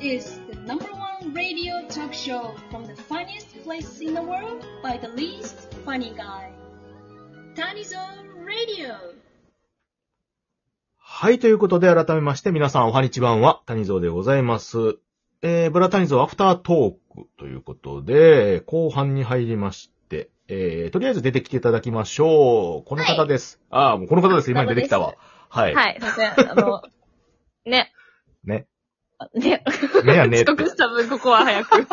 is the number one radio talk show from the funniest place in the world by the least funny guy. Tanizon Radio! はい、ということで、改めまして、皆さん、おはにちばんは、谷蔵でございます。えー、ブラ谷蔵アフタートークということで、後半に入りまして、えー、とりあえず出てきていただきましょう。この方です。ああ、もうこの方です。今に出てきたわ。はい。はい、すいません。あ の、ね。ね。ね。ねやね っ遅て。刻した分、ここは早 く。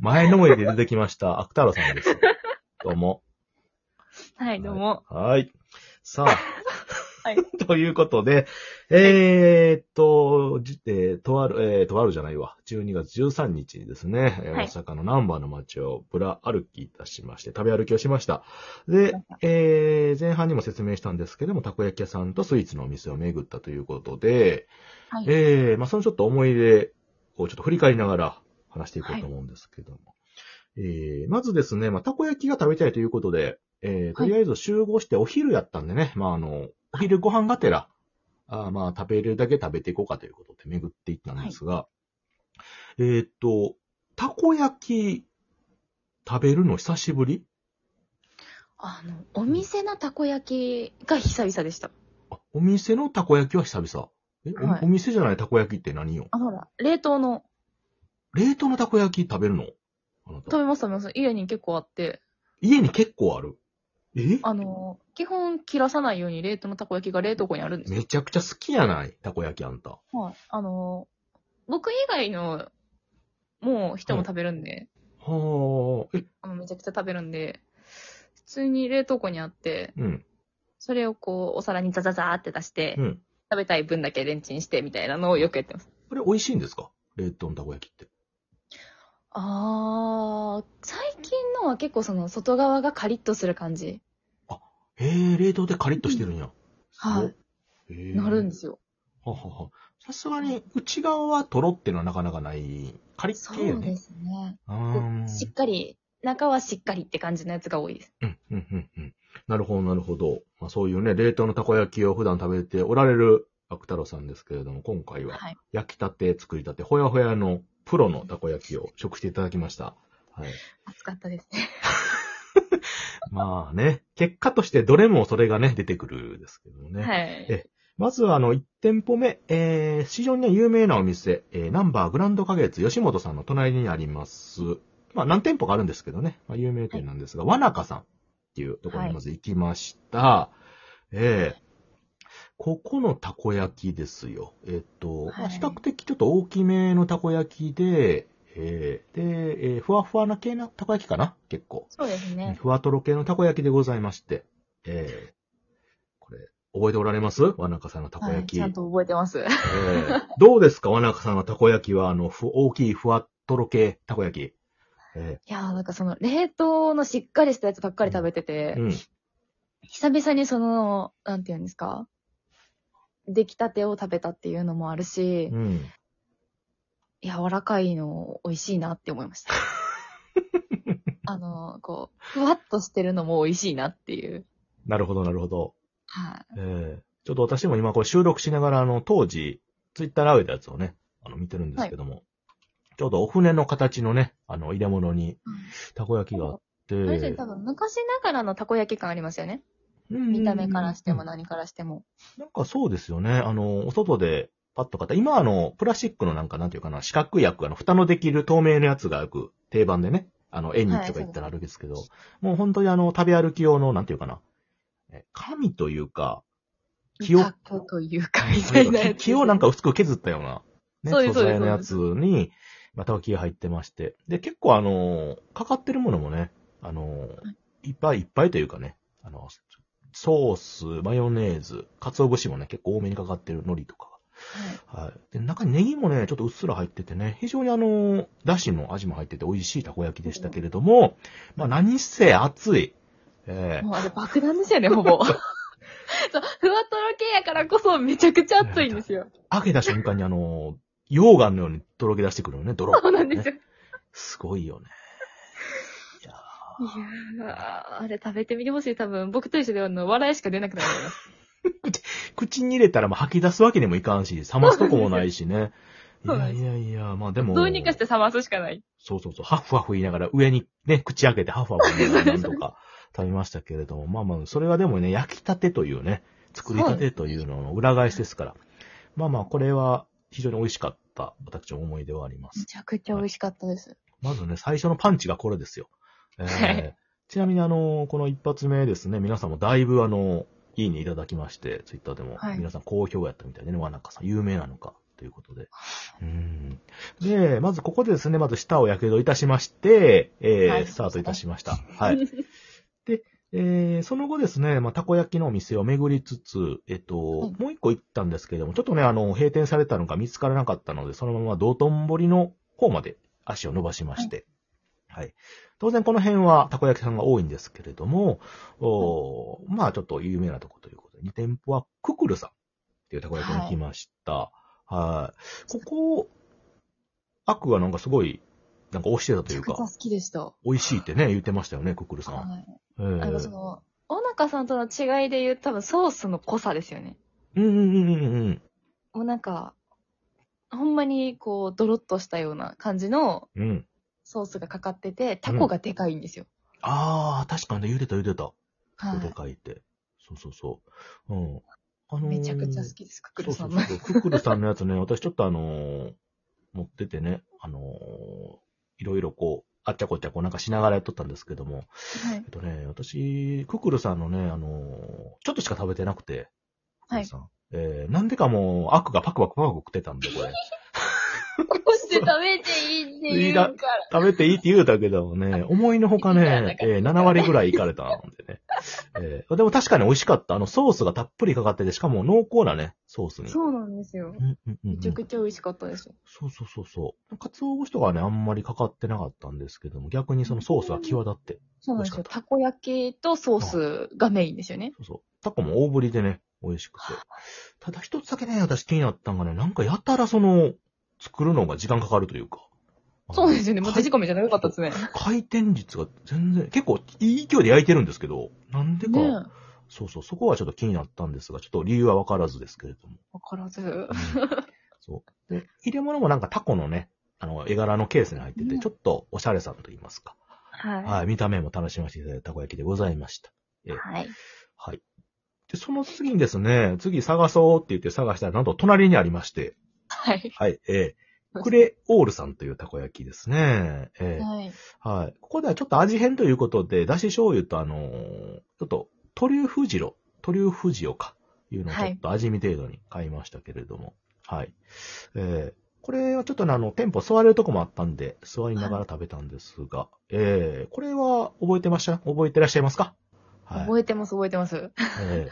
前のめりで出てきました、アクターラさんです。どうも。はい、どうも。はい。さあ。 はい ということで、えーっと、じえーとある、えーとあるじゃないわ。12月13日にですね、えーはい大阪の南波の街をぶら歩きいたしまして、食べ歩きをしました。で、えー前半にも説明したんですけども、たこ焼き屋さんとスイーツのお店を巡ったということで、はいえーまあそのちょっと思い出をちょっと振り返りながら話していこうと思うんですけども。えーまずですね、まあたこ焼きが食べたいということで、えーとりあえず集合してお昼やったんでね、まああの、お昼ご飯がてら、あーまあ食べれるだけ食べていこうかということで巡っていったんですが、えーっと、たこ焼き食べるの久しぶりあの、お店のたこ焼きが久々でした。あお店のたこ焼きは久々。え、おはいお店じゃないたこ焼きって何よあ、ほら、冷凍の、冷凍のたこ焼き食べるのあなた食べます食べます。家に結構あって、家に結構ある。えあの、基本切らさないように冷凍のたこ焼きが冷凍庫にあるんですよ。めちゃくちゃ好きやないたこ焼きあんた。はい。あの、僕以外の、もう人も食べるんで、はあ。え、あの、めちゃくちゃ食べるんで、普通に冷凍庫にあって、うん、それをこう、お皿にザザザーって出して、うん。食べたい分だけレンチンしてみたいなのをよくやってます。あれ美味しいんですか冷凍のたこ焼きって。あー、最近のは結構その外側がカリッとする感じ。へえ、冷凍でカリッとしてるんや。はいい。へえなるんですよ。ははは。さすがに内側はとろってのはなかなかない。カリッそ系ようねで。すね。うこんうしっかり、中はしっかりって感じのやつが多いです。うん、うん、うん、うん。なるほど、なるほど。まあ、そういうね、冷凍のたこ焼きを普段食べておられる悪太郎さんですけれども、今回ははい。焼きたて、作りたて、ほやほやのプロのたこ焼きを食していただきました。はい。暑かったですね。まあね、結果としてどれもそれがね、出てくるですけどもね。はい。まずはあの、1店舗目、えー、非常にね、有名なお店、えー、ナンバーグランド花月吉本さんの隣にあります。まあ、何店舗かあるんですけどね、まあ、有名店なんですが、わなかさんっていうところにまず行きました。えーここのたこ焼きですよ。えっ、と、まあはい比較的ちょっと大きめのたこ焼きで、えーで、えーふわふわな系なたこ焼きかな結構。そうですね。ふわとろ系のたこ焼きでございまして、えー、これ、覚えておられますわなかさんのたこは焼い。き。ちゃんと覚えてます。えーどうですかわなかさんのたこ焼きは、あの、ふ大きいふわとろ系たこ焼き。えいやーなんかその冷凍のしっかりしたやつばっかり食べてて、ーうん。久々にその、なんていうんですか出来たてを食べたっていうのもあるし、うん。柔らかいの美味しいなって思いま した。あの、こう、ふわっとしてるのも美味しいなっていう。なるほど、なるほど。はえーちょっと私も今これ収録しながら、あの、当時、ツイッターで上げたやつをね、あの、見てるんですけども、ちょうどお船の形のね、あの、入れ物にたこ焼きがあって、い。あれですね、多分昔ながらのたこ焼き感ありますよね。見た目からしても何からしても。なんかそうですよね。あの、お外でパッと買った。今あの、プラスチックのなんかなんていうかな、四角い薬、あの、蓋のできる透明のやつがよく定番でね、あの、縁日とか行ったらあるんですけど、もう本当にあの、食べ歩き用の、なんていうかな、え紙というか、木をタコという か、みたいなやつ。木をなんか薄く削ったような、そうね、で素すそうで材すのやつに、また脇が入ってまして。で、結構あの、かかってるものもね、あの、いっぱいいっぱいというかね、あの、ソース、マヨネーズ、鰹節もね、結構多めにかかってる海苔とか。はい。で、中にネギもね、ちょっとうっすら入っててね、非常にあの、だしの味も入ってて美味しいたこ焼きでしたけれども、まあ何せ熱い。ええもうあれ爆弾ですよね、ほぼ。 そう、ふわとろ系やからこそめちゃくちゃ熱いんですよ。開けた瞬間にあの、溶岩のようにとろけ出してくるのね、ドロ ッそうなんですよ。すごいよね。いやいやー、あれ食べてみてほしい。多分、僕と一緒であの笑いしか出なくなります。ー口に入れたらもう吐き出すわけにもいかんし、冷ますとこもないしね。いそうやなんでいすやいや、まあでも、どうにかして冷ますしかない。そうそうそう、ハフハフ言いながら、上にね、口開けてハフハフ言いながらなんとか食べましたけれども、まあまあ、それはでもね、焼きたてというね、作りたてというのの裏返しですから、まあまあ、これは非常に美味しかった、私の思い出はありますめ。ちゃくちゃ美味しかったです。まずね、最初のパンチがこれですよ。えーはいちなみにあの、この一発目ですね、皆さんもだいぶあの、いいねいただきまして、ツイッターでも、はい皆さん好評やったみたいでね、わなかさん、有名なのか、ということで。うん。で、まずここでですね、まず舌をやけどいたしまして、えーはいスタートいたし ました。はい。で、えーその後ですね、まあ、たこ焼きのお店を巡りつつ、えっと、はいもう一個行ったんですけれども、ちょっとね、あの、閉店されたのが見つからなかったので、そのまま道頓堀の方まで足を伸ばしまして、はい。当然この辺はたこ焼きさんが多いんですけれども、おーまあちょっと有名なとこということで、2店舗はククルさんっていうたこ焼きに来ました。はい。ここ、アクがなんかすごい、なんか推してたとめちいうゃくちゃか好、きでした。美味しいってね、言ってましたよね、ククルさん。はい。えーあの、その、小中さんとの違いで言う、多分ソースの濃さですよね。うんうんうんうんうん。もうなんか、ほんまにこう、ドロッとしたような感じのうん。ソースがかかってて、タコがでかいんですよ。ああ、確かにね、茹でた茹でた。はでい。かいって。そうそうそう。うん。あのーめちゃくちゃ好きです、ククルさんの。そうそうそうククルさんのやつね、 私ちょっとあのー持っててね、あのーいろいろこう、あっちゃこっちゃこうなんかしながらやっとったんですけども、はい えっとね、私、ククルさんのね、あのーちょっとしか食べてなくて、はいククルさん。えー、なんでかもう、悪がパクパクパクパク食ってたんで、これ。こうして食べていいって言うから。食べていいって言うたけど もね、思いのほかいやなねん、かえー7割ぐらいいかれたんでね。えーでも確かに美味しかった。あの、ソースがたっぷりかかってて、しかも濃厚なね、ソース に。そうなんですよ。うんうんうんうめんちゃくちゃ美味しかったです。そうそうそうそう。かつお節とかはね、あんまりかかってなかったんですけども、逆にそのソースが際立って。そうなんです美よ。味しかたこ焼きとソースがメインですよね。そうそう。タコも大ぶりでね、美味しくて。ただ一つだけね、私気になったんがね、なんかやたらその、作るのが時間かかるというか。。そうですすよね。もう手仕込みじゃなかったですね。回転率が全然、結構いい勢いで焼いてるんですけど、なんでか、ねえ。わそうそう、そこはちょっと気になったんですが、ちょっと理由はわからずですけれど も。からず。そう。で、入れ物もなんかタコのね、あの、絵柄のケースに入ってて、ねちょっとおしゃれさんと言いますか。ははい、見た目も楽しませていただいたたこ焼きでございました。い。はい。はい。で、その次にですね、次探そうって言って探したら、なんと隣にありまして、はい。はい、えー、クレオールさんというたこ焼きですね。えーはい。はい。ここではちょっと味変ということで、だし醤油とあのーちょっと、トリュフジロ、トリュフジオか、いうのをちはいょっと味見程度に買いましたけれども、はい。えーこれはちょっとね、あの、店舗座れるとこもあったんで、座りながら食べたんですが、えーこれは覚えてました覚えてらっしゃいますかはい。覚えてます、覚えてます。え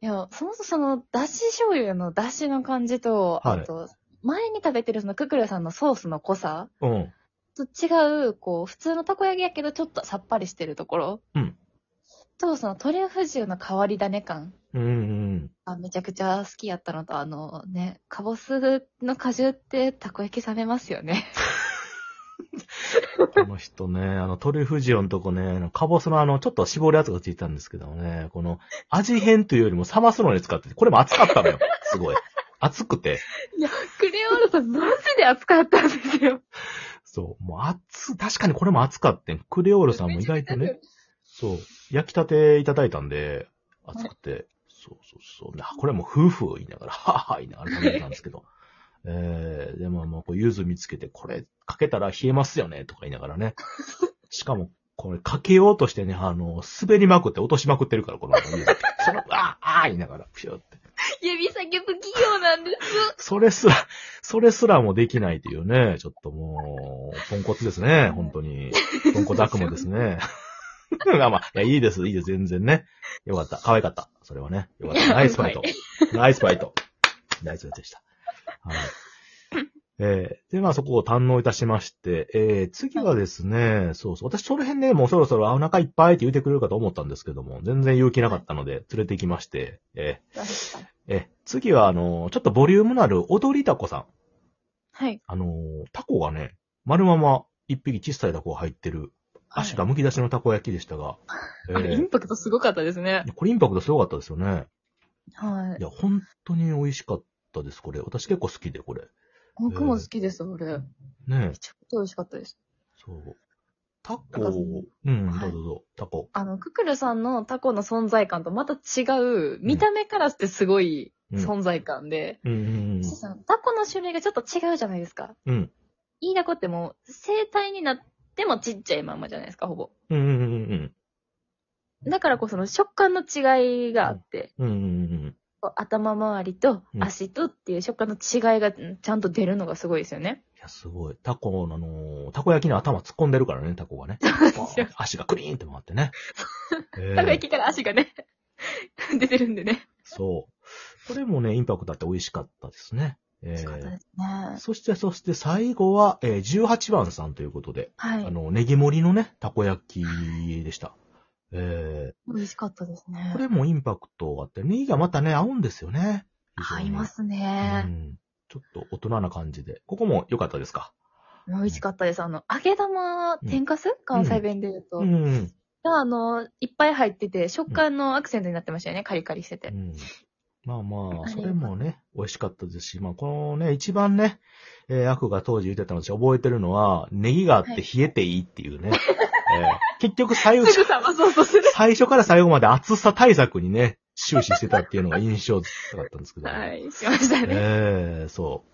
いや、そもそもその、だし醤油のだしの感じと、はいあと、前に食べてるそのククルさんのソースの濃さーうん。と違う、こう、普通のたこ焼きやけど、ちょっとさっぱりしてるところ。うん。と、その、トリュフ塩の変わり種感。うんうん。あめちゃくちゃ好きやったのと、あのね、カボスの果汁ってたこ焼き冷めますよね。この人ね、あの、トリュフジオのとこね、あのカボスのあの、ちょっと絞るやつがついてたんですけどもね、この、味変というよりも冷ますのに使ってて、これも熱かったのよ。すごい。熱くて。クレオールさん、マジで熱かったんですよ。そう。もう熱、確かにこれも熱かってん。クレオールさんも意外とね、そう。焼きたていただいたんで、熱くて。そうそうそう。なこれも夫婦言いながら、はぁはぁ言いながら食べてたんですけど。えー、でももうこう、ゆず見つけて、これかけたら冷えますよね、とか言いながらね。しかも、これかけようとしてね、あの、滑りまくって落としまくってるから、このゆず。その、ああ言いながら、ピューって。指先不器用なんです。 それすら、それすらもできないというね、ちょっともう、ポンコツですね、本当に。ポンコツ悪魔ですね。 まあまあ、いや、いいです、いいです、全然ね。よかった、可愛かった。それはね。よかった。ナイスファイト。ナイスファイト。ナイスファイトでした。はい。えーで、まあそこを堪能いたしまして、えー次はですね、そうそう、私その辺ね、もうそろそろあお腹いっぱいって言ってくれるかと思ったんですけども、全然勇気なかったので、連れて行きまして、えーえ、次は、あの、ちょっとボリュームのある踊りタコさん。はい。あの、タコがね、丸まま一匹小さいタコが入ってる、足が剥き出しのタコ焼きでしたが、えあれ、イーンパクトすごかったですね。これインパクトすごかったですよね。はいい。や、本当に美味しかったです、これ。私結構好きで、これ。僕も好きです、あれ。ねめちゃくちゃ美味しかったです。そう。タコなんかを、うん、はどいうぞどうぞ、タコ。あの、ククルさんのタコの存在感とまた違う、見た目からしてすごいうん。存在感で、うんうんそしたらタコの種類がちょっと違うじゃないですか。うん。うん。イイダコってもう、生体になってもちっちゃいまんまじゃないですか、ほぼ。うんうんうんだからこその食感の違いがあって、うん。うんうんうんこう頭周りとうん足とっていう食感の違いがうんちゃんと出るのがすごいですよね。いや、すごい。タコの、あのーたこ焼きの頭突っ込んでるからね、タコが ね。ですよバーン足がクリーンって回っ てね。ええたこ焼きから足がね、 出てるんでね。そう。これもね、インパクトあって美味しかったですね。え美え味しかったですね。そして、そして最後は、えー、18番さんということで、はあい。の、ネギ盛りのね、たこ焼きでした。え美味しかったですー、ねこ。れもインパクトがあって、ネギがまたね、合うんですよね。、合いますすうね。ん。ちょっと大人な感じで。ここも良かったですか美味しかったです。あの、揚げ玉、天かす、関西弁で言うと。うん。が、あの、いっぱい入ってて、食感のアクセントになってましたよね。カリカリしててう。んまあまああ、れそれもね、美味しかったですし、まあこのね、一番ね、えー、アクが当時言ってたので覚えてるのは、ネギがあってはい冷えていいっていうね。えー結局最す初 ぐ、さまそうそうする。最初から最後まで暑さ対策にね、終始してたっていうのが印象だったんですけ ど。はい、しましたね。ええそ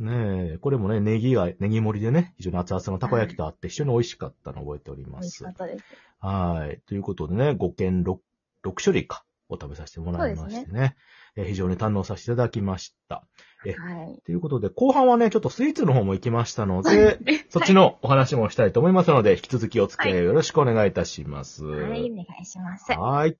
う。ねえ、これもね、ネギが、ネギ盛りでね、非常に熱々のたこ焼きとあって、非常に美味しかったのを覚えており美ま味しすかっ。たです。はい。ということでね、5件 6, 6種類か、お食べさせてもらいましてねえー非常に堪能させていただきました。えはい。ということで、後半はね、ちょっとスイーツの方も行きましたので、でそっちのお話もしたいと思いますので、引き続きお付き合いよろしくお願いいたします。はい、お願いします。はい。